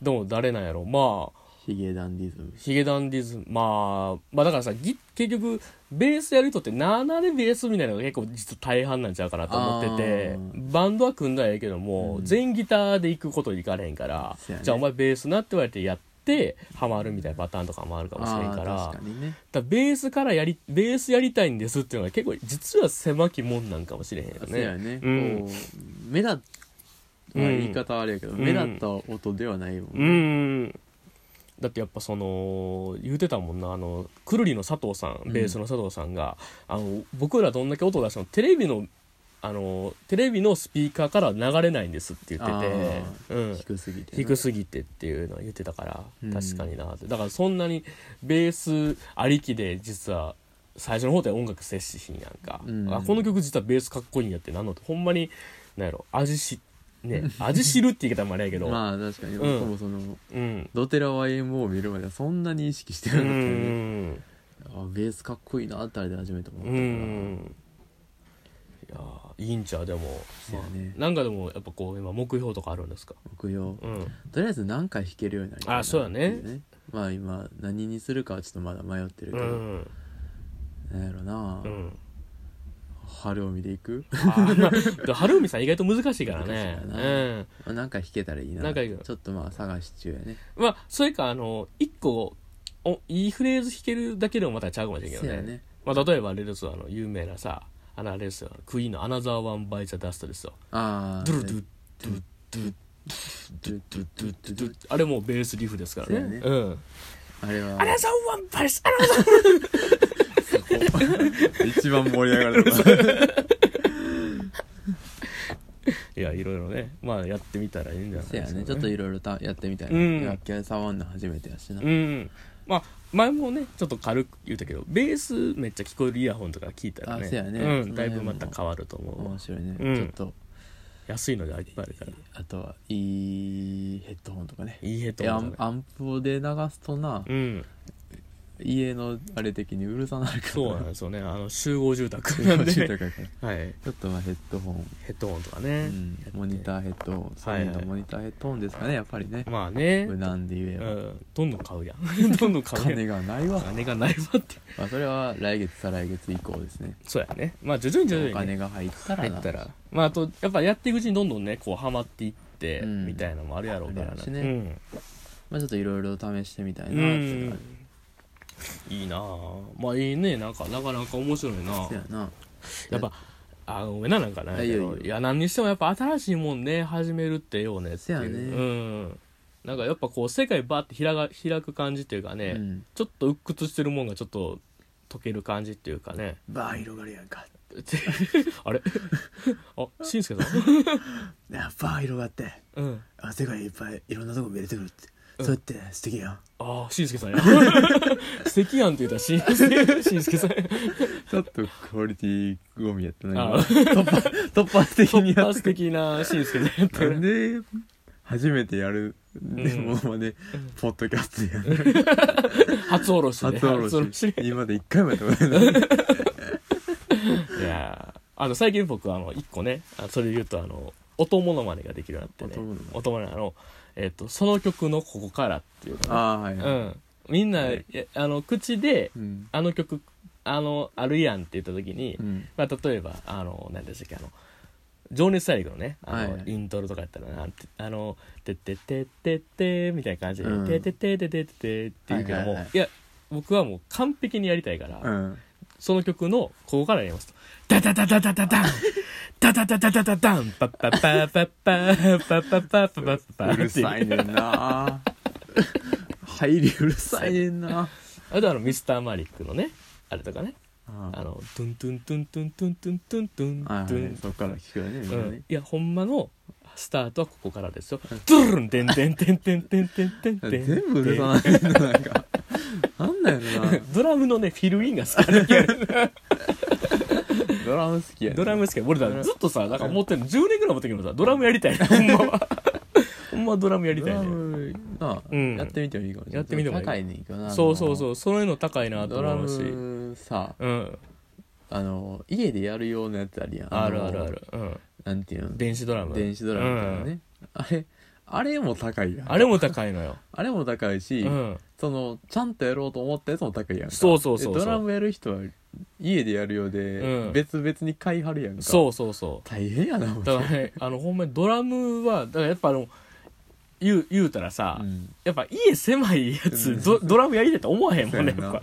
Speaker 1: でも誰なんやろまあ
Speaker 2: あヒゲダンディズム
Speaker 1: ヒゲダンディズム、まあ、まあだからさ、ぎ結局、ベースやる人って、7でベースみたいなのが結構実は大半なんちゃうかなと思ってて
Speaker 2: あ、ー
Speaker 1: バンドは組んだらええけども、
Speaker 2: うん
Speaker 1: 全ギターで行くことにいかれへんから、
Speaker 2: そうやね
Speaker 1: じゃあお前ベースなって言われてやって、ハマるみたいなパターンとかもあるかもしれんから、
Speaker 2: あー
Speaker 1: だ
Speaker 2: 確
Speaker 1: か
Speaker 2: かにね
Speaker 1: らベースからやり、ベースやりたいんですっていうのが結構実は狭きもんなんかもしれへんよ
Speaker 2: そうや
Speaker 1: ね。
Speaker 2: ね、
Speaker 1: うん
Speaker 2: こう目立っ、まあ
Speaker 1: うん
Speaker 2: 言い方はあれやけど、
Speaker 1: ん
Speaker 2: 目立った音ではないもん、
Speaker 1: うーん。だってやっぱその言うてたもんなあのくるりの佐藤さんベースの佐藤さんが、あの僕らどんだけ音を出してもテレビのあのテレビのスピーカーからは流れないんですって言ってて、うん、
Speaker 2: 低すぎてな
Speaker 1: 低すぎてっていうのは言ってたから
Speaker 2: うん
Speaker 1: 確かになってだからそんなにベースありきで実は最初の方で音楽接しひんやんか、
Speaker 2: うん
Speaker 1: あこの曲実はベースかっこいいんやってなんのってほんまになんやろ味し ね味知るって言い方もあれやけど、
Speaker 2: まあ確かに、
Speaker 1: うん
Speaker 2: 僕もその
Speaker 1: うん
Speaker 2: ドテラ YMO を見るまではそんなに意識してな
Speaker 1: う
Speaker 2: かったよね
Speaker 1: ん
Speaker 2: あベースかっこいいなってあれで初めて思っ
Speaker 1: う
Speaker 2: たから、
Speaker 1: んいやーいいんちゃうでも、
Speaker 2: そうやね
Speaker 1: まあなんかでもやっぱこう今目標とかあるんですか
Speaker 2: 目標
Speaker 1: うん
Speaker 2: とりあえず何回弾けるようになりたいな
Speaker 1: あそうやね
Speaker 2: っていまあ今何にするかはちょっとまだ迷ってるけ
Speaker 1: う
Speaker 2: ど、
Speaker 1: ん
Speaker 2: なんやろな、
Speaker 1: うん
Speaker 2: 春を見でいく
Speaker 1: あーまあで春海さん意外と難しいからね
Speaker 2: 難しいからな
Speaker 1: うん
Speaker 2: まあ何回弾けたらいいな
Speaker 1: 何回弾く
Speaker 2: ちょっとまあ探し中やね
Speaker 1: まあそれかあの一個おいいフレーズ弾けるだけでもまたちゃうかもしれんけど
Speaker 2: そうや
Speaker 1: ね
Speaker 2: ね
Speaker 1: まあ、例えばあれですよあの有名なさあのあれですよクイーンの「アナザー・ワン・バイ・ザ・ダスト」ですよ
Speaker 2: ああ
Speaker 1: ドゥルドゥドゥドゥドゥドゥドゥドゥドゥあれもうベースリフですからね
Speaker 2: そうやね
Speaker 1: うん
Speaker 2: あれは
Speaker 1: アナザー・ワン・バイ・ザ・ダスト
Speaker 2: 一番盛り上がる
Speaker 1: いやいろいろねまあやってみたらいいんじゃない
Speaker 2: せ
Speaker 1: で
Speaker 2: や
Speaker 1: すか、
Speaker 2: ねちょっといろいろやってみたい
Speaker 1: うん
Speaker 2: な楽器屋触んの初めてやしな
Speaker 1: うんまあ前もねちょっと軽く言ったけどベースめっちゃ聞こえるイヤホンとか聞いたらね
Speaker 2: あそうやね
Speaker 1: う
Speaker 2: そ
Speaker 1: ん、
Speaker 2: の
Speaker 1: だいぶ
Speaker 2: 辺
Speaker 1: ま
Speaker 2: も
Speaker 1: た変わると思うわ
Speaker 2: 面白い
Speaker 1: うん
Speaker 2: ねちょっと
Speaker 1: 安いのがいっぱいあるから
Speaker 2: あとはいいヘッドホンとかね
Speaker 1: いいヘッド
Speaker 2: えア
Speaker 1: ホン
Speaker 2: ン
Speaker 1: とかね
Speaker 2: アンプで流すとな
Speaker 1: うん
Speaker 2: 家のあれ的にうるさなるから
Speaker 1: そうなんですよねあの集合住宅
Speaker 2: な
Speaker 1: なんん
Speaker 2: で
Speaker 1: で、
Speaker 2: ちょ
Speaker 1: ね、
Speaker 2: っ
Speaker 1: はい
Speaker 2: とまあヘッドホン
Speaker 1: ヘッドホンとか
Speaker 2: う
Speaker 1: ね、
Speaker 2: ん
Speaker 1: やって
Speaker 2: モニターヘッドホンソニーのモニターヘッドホンですかねやっぱりね
Speaker 1: まあね
Speaker 2: 無難で言え
Speaker 1: う
Speaker 2: ば
Speaker 1: んどんどん買うやん どんどん買うやん
Speaker 2: 金がないわ
Speaker 1: 金がないわって
Speaker 2: まあそれは来月再来月以降ですね
Speaker 1: そうやねまあ徐々に徐々
Speaker 2: お
Speaker 1: に、ね、
Speaker 2: 金が入ったら
Speaker 1: 入
Speaker 2: な
Speaker 1: ったらまああとやっぱやっていくうちにどんどんねこうハマっていって、
Speaker 2: うん
Speaker 1: みたいなのもあるやろうから
Speaker 2: あるやろ
Speaker 1: な
Speaker 2: うしね
Speaker 1: うん
Speaker 2: まあちょっといろいろ試してみたいな
Speaker 1: う
Speaker 2: っていうの
Speaker 1: ん
Speaker 2: が
Speaker 1: いいなあまあいいねなんかなかなか面白いな
Speaker 2: あるそうやな
Speaker 1: やっぱあごめんななんかない
Speaker 2: い
Speaker 1: け
Speaker 2: よい
Speaker 1: ど
Speaker 2: いよ
Speaker 1: いや何にしてもやっぱ新しいもんね始めるってよねってい
Speaker 2: せやね
Speaker 1: うんなんかやっぱこう世界バーって開が開く感じっていうかね、
Speaker 2: うん
Speaker 1: ちょっと鬱屈してるもんがちょっと溶ける感じっていうか ね
Speaker 2: バー広がるやんか
Speaker 1: あれあしんすけさ ん
Speaker 2: なあバー広がって
Speaker 1: うん
Speaker 2: あ世界いっぱいいろんなとこ見れてくるって、
Speaker 1: うん
Speaker 2: そうやって素敵やん
Speaker 1: あしんすけさんや 素敵やんって言ったらしんしんすけ さん
Speaker 2: ちょっとクオリティゴミやった
Speaker 1: あ
Speaker 2: な突破突発的に
Speaker 1: 突
Speaker 2: やっ
Speaker 1: 発的なしんすけさんやって
Speaker 2: たなん
Speaker 1: る
Speaker 2: で初めてやるで
Speaker 1: うん
Speaker 2: ものまでポッドキャストやる
Speaker 1: 初おろしで
Speaker 2: 初おろ
Speaker 1: で
Speaker 2: し今まで一回もやったことない
Speaker 1: いやーあの最近僕あの一個ねあそれで言うとあの音モノマネができるようになって
Speaker 2: 音モ
Speaker 1: ね
Speaker 2: ノマネ
Speaker 1: 音モノマネあの、えっとその曲のここからっていうか、
Speaker 2: ああはい、
Speaker 1: ね、
Speaker 2: は
Speaker 1: う
Speaker 2: い
Speaker 1: んみんな、
Speaker 2: はい
Speaker 1: えあの口で
Speaker 2: うん
Speaker 1: あの曲あのあるやんって言った時に、
Speaker 2: うん
Speaker 1: まあ、例えばあの何でしたっけあの情熱大陸のねあの、
Speaker 2: はいはい
Speaker 1: イントロとかやったらなてあの「てってってってって」みたいな感じで
Speaker 2: う
Speaker 1: 「
Speaker 2: ん
Speaker 1: てってってってってって」っていうけども、
Speaker 2: はいいはいはい
Speaker 1: や僕はもう完璧にやりたいから、
Speaker 2: うん
Speaker 1: その曲のここからやりますと。ダダダダダダダンダダダダダダダンパッパッパッパッパッパッパッパッパッパッパ
Speaker 2: うるさいねんな入りうるさいねんな
Speaker 1: あとあのミスターマリックのねあれとかねあ
Speaker 2: あ
Speaker 1: のトゥントゥントゥントゥントゥントゥントゥントゥント
Speaker 2: あ
Speaker 1: ゥン
Speaker 2: そっから聞くよねみん
Speaker 1: う
Speaker 2: なんね
Speaker 1: いやほんまのスタートはここからですよドゥルンテンテンテンテンテンテンテンテン
Speaker 2: 全部うるさないねんななんかなんだよな
Speaker 1: ドラムのねフィルインが好きなんだよね
Speaker 2: ドラム好きやね
Speaker 1: ドラム好きや俺だずっとさなんか持ってる10年ぐらい持ってるけどさドラムやりたいなほんまはほんまドラムやりたい
Speaker 2: ドラ
Speaker 1: ね
Speaker 2: ムな
Speaker 1: うん
Speaker 2: やってみてもいいかもしれない
Speaker 1: やってみてもいい
Speaker 2: 高いねんけどな
Speaker 1: そうそう
Speaker 2: う
Speaker 1: そうそういうの高いなと
Speaker 2: ドラ
Speaker 1: 思うし
Speaker 2: ムさ
Speaker 1: うん
Speaker 2: あの家でやるようなやつあるやん
Speaker 1: あるある
Speaker 2: の
Speaker 1: あるうん
Speaker 2: なんていうの
Speaker 1: 電子ドラム
Speaker 2: 電子ドラムみたいな
Speaker 1: うん
Speaker 2: ねあれあれも高いやん
Speaker 1: あれも高いのよ
Speaker 2: あれも 高いし
Speaker 1: うん
Speaker 2: そのちゃんとやろうと思ったやつも高いやんか
Speaker 1: そうそうそうそう
Speaker 2: でドラムやる人は家でやるようで、
Speaker 1: うん
Speaker 2: 別々に買いはるやんか
Speaker 1: そうそうそ
Speaker 2: 大変やな
Speaker 1: う
Speaker 2: お
Speaker 1: だ
Speaker 2: 前
Speaker 1: からねあのほんまにドラムはだからやっぱあの言う言うたらさ、
Speaker 2: うん
Speaker 1: やっぱ家狭いや
Speaker 2: う
Speaker 1: つ
Speaker 2: ん
Speaker 1: ドドラムやりたいと思わへんもんね
Speaker 2: そう
Speaker 1: や
Speaker 2: やな
Speaker 1: っぱ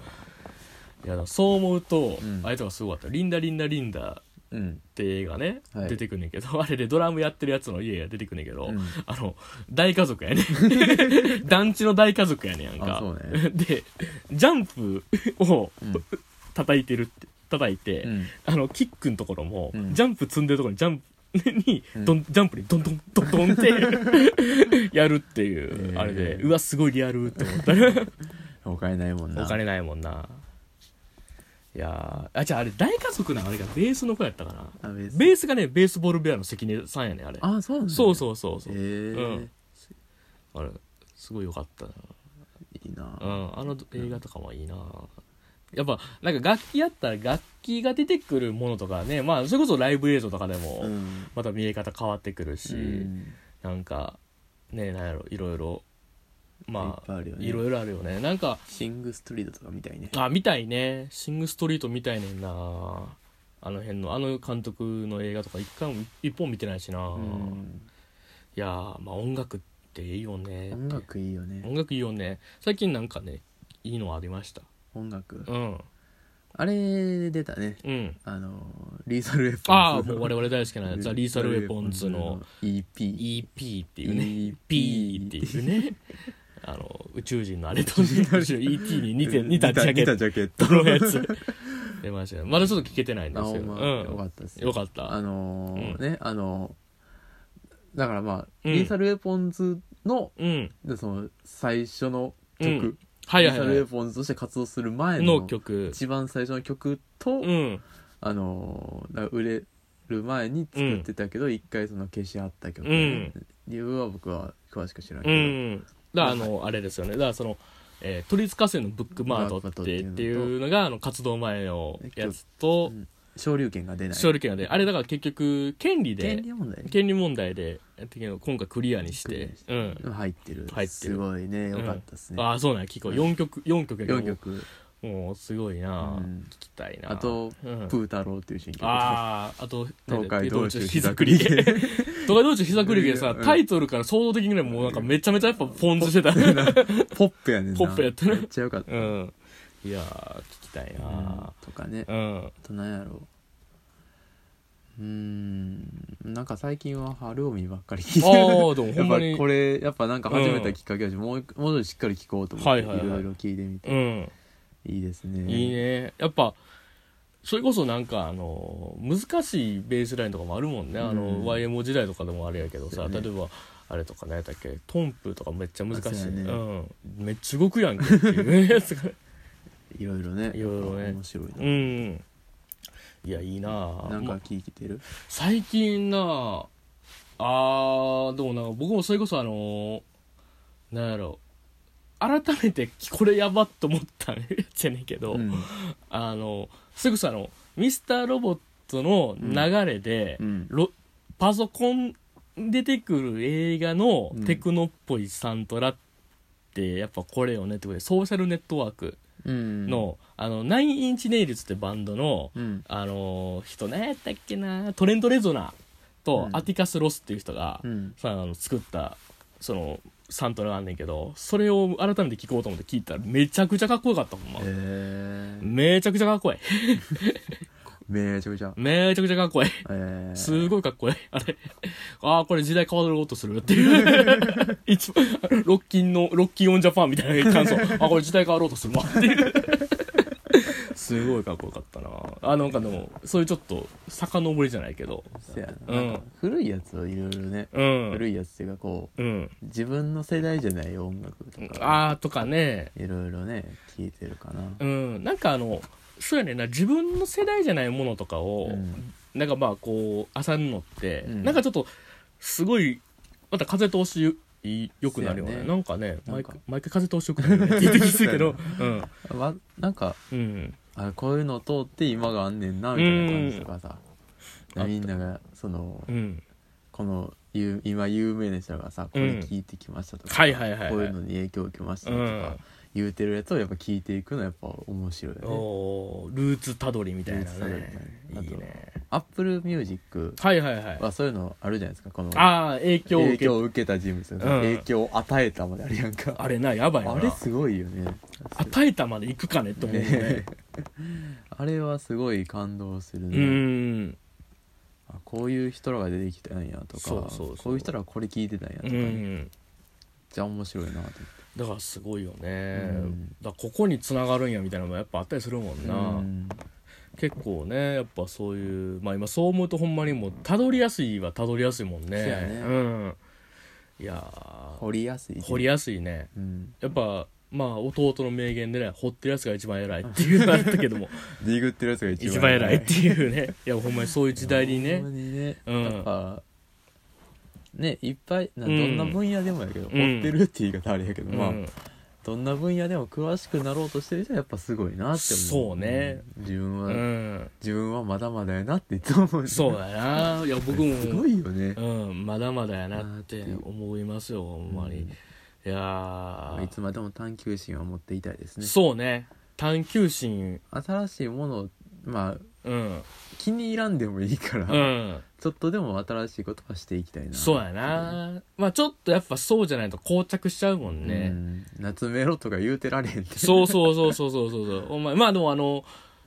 Speaker 1: いやだからそう思うと、
Speaker 2: うん
Speaker 1: あれとかすごかった「リンダリンダリンダ」
Speaker 2: うん
Speaker 1: って映画ね、
Speaker 2: はい
Speaker 1: 出てくんねんけどあれ でドラムやってるやつの家が出てくんねんけど、
Speaker 2: うん
Speaker 1: あの大家族やね 団地の大家族やねんやん
Speaker 2: あ
Speaker 1: か
Speaker 2: そうね
Speaker 1: でジャンプを
Speaker 2: うん
Speaker 1: 叩いてるって叩いて、
Speaker 2: うん
Speaker 1: あのキックのところも、
Speaker 2: うん
Speaker 1: ジャンプ積んでるところにジャンプ に
Speaker 2: うん
Speaker 1: どんジャンプにドンドンドンドンってやるって いう、
Speaker 2: えー
Speaker 1: あれでうわすごいリアルって思った
Speaker 2: お金ないもんな
Speaker 1: お金ないもんないやーあじゃああれ大家族なあれがベースの子やったかな
Speaker 2: あ別
Speaker 1: ベースがねベースボールベアの関根さんやねあれ
Speaker 2: あそうなんだ
Speaker 1: そうそうそうそう、
Speaker 2: へえ
Speaker 1: うんあれすごいよかったない
Speaker 2: いな、
Speaker 1: うんあの映画とかもいいなやっぱなんか楽器やったら楽器が出てくるものとかねまあそれこそライブ映像とかでも
Speaker 2: うん
Speaker 1: また見え方変わってくるし、
Speaker 2: うん
Speaker 1: なんかねなんやろいろいろま
Speaker 2: いっぱい
Speaker 1: あ
Speaker 2: あるよね
Speaker 1: いろいろあるよねなんか
Speaker 2: シングストリートとかみたいね
Speaker 1: あ見たいねシング・ストリート見たいねんなあの辺のあの監督の映画とか一回も一本見てないしな、
Speaker 2: うん
Speaker 1: いやーまあ音楽っていいよね
Speaker 2: 音楽いいよね
Speaker 1: 音楽いいよね最近なんかねいいのありました
Speaker 2: 音楽
Speaker 1: うん
Speaker 2: あれ出たね
Speaker 1: うん
Speaker 2: あのリーサルウェポンズ
Speaker 1: ああもう我々大好きなザ・リーサル・ウェポンズの
Speaker 2: EP
Speaker 1: EP っていうね
Speaker 2: EP
Speaker 1: P っていうねあの宇宙人のあれとね宇宙 ET に似て似たジャケ
Speaker 2: 似た
Speaker 1: ッ
Speaker 2: ジャケット
Speaker 1: トのやつ出ましたねまだちょっと聞けてないんですけど、
Speaker 2: あほんまよかったです
Speaker 1: よかった
Speaker 2: あのー
Speaker 1: うん
Speaker 2: ねあのーだからまあ、
Speaker 1: うん
Speaker 2: リーサルウェポンズの
Speaker 1: うん
Speaker 2: でその最初の
Speaker 1: う
Speaker 2: 曲
Speaker 1: ん、はい
Speaker 2: リ
Speaker 1: はい
Speaker 2: ーサ
Speaker 1: は
Speaker 2: ルウ
Speaker 1: い
Speaker 2: ェポンズとして活動する前の
Speaker 1: の曲
Speaker 2: 一番最初の曲
Speaker 1: う
Speaker 2: と、
Speaker 1: ん
Speaker 2: あのーだから売れる前に作ってたけど一、回その消し合った曲、
Speaker 1: うん
Speaker 2: 理由は僕は詳しく知らんけ
Speaker 1: う
Speaker 2: ど、
Speaker 1: んだからあのあれですよねだからその、えー、都立河川のブックマートってっていうのがあの活動前のやつと
Speaker 2: うん昇竜拳が出ない
Speaker 1: 勝利権がであれだから結局権利
Speaker 2: 権
Speaker 1: で
Speaker 2: 利問題
Speaker 1: 権利問題でやってるけど今回クリアにし
Speaker 2: クリア
Speaker 1: て
Speaker 2: にし
Speaker 1: うん
Speaker 2: 入ってる
Speaker 1: 入ってる
Speaker 2: すごいねよかったですね、
Speaker 1: ああそうなんや聞こう4曲四曲やけど
Speaker 2: 4曲
Speaker 1: もうすごいな、
Speaker 2: うん
Speaker 1: 聞きたいな
Speaker 2: あと、
Speaker 1: うん
Speaker 2: プー太郎っていう新曲
Speaker 1: あーあと
Speaker 2: 東海道中
Speaker 1: 膝
Speaker 2: 膝
Speaker 1: く
Speaker 2: 栗
Speaker 1: り
Speaker 2: 毛
Speaker 1: 毛 東海道中膝くり毛さ
Speaker 2: うん
Speaker 1: タイトルから想像的にもうなんかめちゃめちゃやっぱポン酢してた
Speaker 2: ポップやねんな
Speaker 1: ポップやったな
Speaker 2: めっちゃよかった、
Speaker 1: うんいやー聞きたいな
Speaker 2: とかね、
Speaker 1: う
Speaker 2: あ
Speaker 1: ん
Speaker 2: となんやろううーんなんか最近は春を見ばっかり聞い
Speaker 1: あー
Speaker 2: て
Speaker 1: でも
Speaker 2: る
Speaker 1: ほ
Speaker 2: や
Speaker 1: ん
Speaker 2: っ
Speaker 1: ま
Speaker 2: ぱ
Speaker 1: に
Speaker 2: これやっぱなんか始めたきっかけだし、もう一もうちょっとしっかり聞こうと思って、
Speaker 1: はいいはいはい
Speaker 2: ろいろ聞いてみて、
Speaker 1: うん
Speaker 2: いいですね
Speaker 1: いいねやっぱそれこそなんかあの難しいベースラインとかもあるもんね、あ
Speaker 2: う
Speaker 1: の
Speaker 2: ん
Speaker 1: YMO 時代とかでもあれやけど
Speaker 2: そ
Speaker 1: さ、
Speaker 2: うやね
Speaker 1: 例えばあれとか何やったっけトンプとかめっちゃ難し
Speaker 2: あ
Speaker 1: い
Speaker 2: そう
Speaker 1: う、
Speaker 2: やね
Speaker 1: ん、めっちゃ動くやんけっていうや つが
Speaker 2: いろいろね
Speaker 1: いろいろね
Speaker 2: 面白いな、
Speaker 1: うんいやいいなあ
Speaker 2: なん
Speaker 1: ま
Speaker 2: か
Speaker 1: あ
Speaker 2: 聞いてる、
Speaker 1: 最近なあーでもなんか僕もそれこそあのなんやろ改めてこれやばっと思ったやつやねんけど、
Speaker 2: うん
Speaker 1: あのそれこそあのミスターロボットの流れで、
Speaker 2: うん
Speaker 1: ロパソコンに出てくる映画の
Speaker 2: うん
Speaker 1: テクノっぽいサントラってやっぱこれよねってことでソーシャルネットワーク
Speaker 2: うん、
Speaker 1: の,、あの9インチネイルズってバンドの、
Speaker 2: うん
Speaker 1: あの人何やったっけなトレンド・レゾナーと
Speaker 2: うん
Speaker 1: アティカス・ロスっていう人が、
Speaker 2: うん
Speaker 1: さあの作ったそのサントラがあんねんけどそれを改めて聞こうと思って聞いたらめちゃくちゃかっこよかったほんま
Speaker 2: へ。え
Speaker 1: めちゃくちゃかっこいい。
Speaker 2: めちゃくちゃ
Speaker 1: めちゃくちゃかっこいい。
Speaker 2: えー
Speaker 1: すごいかっこいい。 あれ。ああ、これ時代変わろうとするっていう。 一番、ロッキンの、ロッキンオンジャパンみたいな感想。あ、これ時代変わろうとするわっていう。すごいかっこよかったな。あ、なんかでも、そういうちょっと、遡りじゃないけど。
Speaker 2: せや
Speaker 1: う
Speaker 2: な、
Speaker 1: ん
Speaker 2: なんか古いやつをいろいろね、
Speaker 1: うん。
Speaker 2: 古いやつっていうかこう
Speaker 1: うん。
Speaker 2: 自分の世代じゃない音楽とか
Speaker 1: ああ、とかね。
Speaker 2: いろいろね聞いてるかな、
Speaker 1: うん。なんかあの、そうやねんな、自分の世代じゃないものとかを、
Speaker 2: うん
Speaker 1: なんかまあこう朝に乗って、
Speaker 2: うん
Speaker 1: なんかちょっとすごいまた風通しい良くなるよね
Speaker 2: そうやね
Speaker 1: なんかね
Speaker 2: な
Speaker 1: 毎
Speaker 2: んか
Speaker 1: 回毎回風通しよくなるよねって言ってきてるけどうん
Speaker 2: わなんか
Speaker 1: うん
Speaker 2: あこういうのを通って今があんねんなみたいな感じとかさ、
Speaker 1: うん
Speaker 2: みんながその、
Speaker 1: うん
Speaker 2: このゆ今有名な人がさこれ聞いてきましたとか、
Speaker 1: はいはいはいはい
Speaker 2: こういうのに影響を受けましたとか、
Speaker 1: うん
Speaker 2: 言うてるやつをやっぱ聞いていくのはやっぱ面白いよね
Speaker 1: おールーツたどりみたいな
Speaker 2: ルーツたどり
Speaker 1: ね
Speaker 2: あと
Speaker 1: いいね
Speaker 2: アップルミュージック
Speaker 1: はいはいはい
Speaker 2: はそういうのあるじゃないですかこの
Speaker 1: ああ影響を受
Speaker 2: 影
Speaker 1: け
Speaker 2: 響を受けた人物とか、
Speaker 1: うん
Speaker 2: 影響を与えたまであるやんか
Speaker 1: あれなやばいよ
Speaker 2: あ
Speaker 1: な
Speaker 2: れすごいよね
Speaker 1: 与えたまで行くかねって思うよね
Speaker 2: あれはすごい感動する
Speaker 1: う
Speaker 2: ね、
Speaker 1: ん
Speaker 2: あこういう人らが出てきたんや
Speaker 1: そ
Speaker 2: とか
Speaker 1: うそうそう
Speaker 2: こういう人らはこれ聞いてたんやと
Speaker 1: う
Speaker 2: か、めっ
Speaker 1: ん
Speaker 2: ちゃ面白いなと思って
Speaker 1: だからすごいよね、
Speaker 2: うん
Speaker 1: だからここに繋がるんやみたいなのもやっぱあったりするもんな、
Speaker 2: うん
Speaker 1: 結構ねやっぱそういうまあ今そう思うとほんまにもうたどりやすいはたどりやすいもんね
Speaker 2: そうやね
Speaker 1: んいやー
Speaker 2: 掘りやすいね
Speaker 1: 掘りやすいね
Speaker 2: うん、
Speaker 1: やっぱまあ弟の名言でね掘ってるやつが一番偉いっていうのあったけども
Speaker 2: ディグってるやつが 一番
Speaker 1: 一番偉いっていうねいやほんまにそういう時代に
Speaker 2: ほん
Speaker 1: ね
Speaker 2: まにね、
Speaker 1: うん
Speaker 2: やっぱねいっぱいな
Speaker 1: う
Speaker 2: ど
Speaker 1: ん
Speaker 2: んな分野でもやけ
Speaker 1: う
Speaker 2: ど、
Speaker 1: ん
Speaker 2: 掘ってるって言い方あれやけど、まあ
Speaker 1: うん
Speaker 2: どんな分野でも詳しくなろうとしてる人はやっぱすごいなって思う
Speaker 1: そうね、
Speaker 2: うん自分は、
Speaker 1: うん
Speaker 2: 自分はまだまだやなっていつも思う
Speaker 1: そうやないや僕も
Speaker 2: すごいよね、
Speaker 1: うんまだまだやなって思いますよほんまに、いや
Speaker 2: まあ
Speaker 1: ー
Speaker 2: いつまでも探求心を持っていたいですね
Speaker 1: そうね探求心
Speaker 2: 新しいものをまあ
Speaker 1: うん
Speaker 2: 気に入らんでもいいから、
Speaker 1: うん
Speaker 2: ちょっとでも新しいことはしていきたいな
Speaker 1: そうやなまあちょっとやっぱそうじゃないと膠着しちゃうもん
Speaker 2: ね
Speaker 1: ね、
Speaker 2: 夏メロとか言うてられへんっ て
Speaker 1: そうそうそうそうそうそうそうお前まあでもあの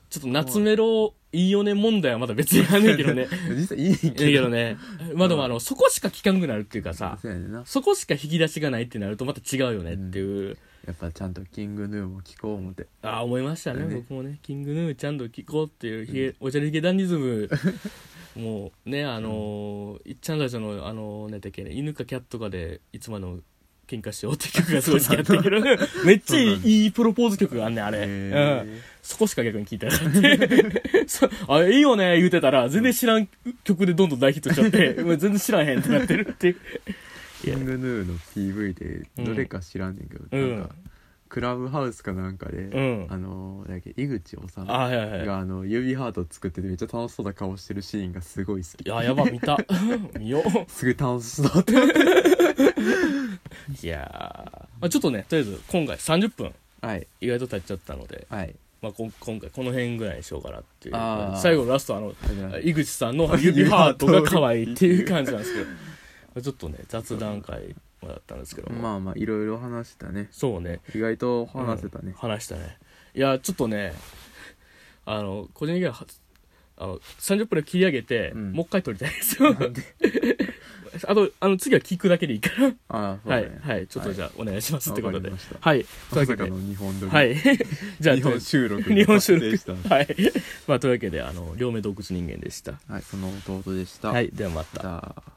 Speaker 1: ちょっと夏メロいいよね問題はまだ別にあんねんけどね。
Speaker 2: 実 際いいねんけ
Speaker 1: いいけどね。まあでもあの、そこしか聞かんくなるっていうかさ、
Speaker 2: そうやねんな
Speaker 1: そこしか引き出しがないってなるとまた違うよねっていう。
Speaker 2: やっぱちゃんとキングヌーも聞こう思って
Speaker 1: ああ思いましたね
Speaker 2: ね
Speaker 1: 僕もね「キングヌーちゃんと聞こう」っていうひげ、おじゃるひげダンディズ ムもうねあのーいっちゃん最初のあのー、なんだっけね犬かキャットかでいつまでも喧嘩しようって曲 がすごい好きやったけどめっちゃいいいいプロポーズ曲があんねんあれ、うん、そこしか逆に聞いてなか ったそうあいいよね言うてたら全然知らん曲でどんどん大ヒットしちゃって もう全然知らへんってなってるっていうい
Speaker 2: キ
Speaker 1: や
Speaker 2: ングヌーの PV でどれか知らんねんけど、
Speaker 1: うん
Speaker 2: なんかクラブハウスかなんかで、
Speaker 1: ん
Speaker 2: あのだっけ井口治
Speaker 1: あはいはいはい
Speaker 2: があの指ハート作っててめっちゃ楽しそうな顔してるシーンがすごい好
Speaker 1: い
Speaker 2: き
Speaker 1: ややば見た 見よう
Speaker 2: すぐ楽しそうっ て
Speaker 1: いやー、まあ、ちょっとね、とりあえず今回30分、
Speaker 2: はい
Speaker 1: 意外と経っちゃったので、
Speaker 2: はい
Speaker 1: まあ、こん今回この辺ぐらいにしようかなってい
Speaker 2: あ
Speaker 1: う。
Speaker 2: ー
Speaker 1: 最後のラスト、あの、
Speaker 2: あれだな
Speaker 1: 井口さんの 指ハートが可愛いっていう感じなんですけど、 まあちょっとね、雑談会だったんですけども、
Speaker 2: まあまあいろいろ話したね
Speaker 1: そうね、
Speaker 2: 意外と話せた
Speaker 1: うん
Speaker 2: ね、
Speaker 1: 話したね。いや、ちょっとね、あの、個人的には、あの30分で切り上げて、
Speaker 2: うん
Speaker 1: もう一回撮りたいですよ。
Speaker 2: なんで
Speaker 1: あと、あの、次は聞くだけでいいから。
Speaker 2: ああそう
Speaker 1: は
Speaker 2: だ
Speaker 1: い
Speaker 2: ね、
Speaker 1: はい、ちょっとじゃあ、お願いしますってことで
Speaker 2: わかりまし。た
Speaker 1: はい、というわ
Speaker 2: まさ
Speaker 1: け
Speaker 2: か
Speaker 1: で
Speaker 2: の。日本撮り、
Speaker 1: はい。 じゃあ、
Speaker 2: 日本収録
Speaker 1: 日本収
Speaker 2: でした
Speaker 1: 録。はい。 まあ、というわけで、あの、両目洞窟人間でした。
Speaker 2: はいその弟でした、
Speaker 1: はい、ではまた
Speaker 2: ま。た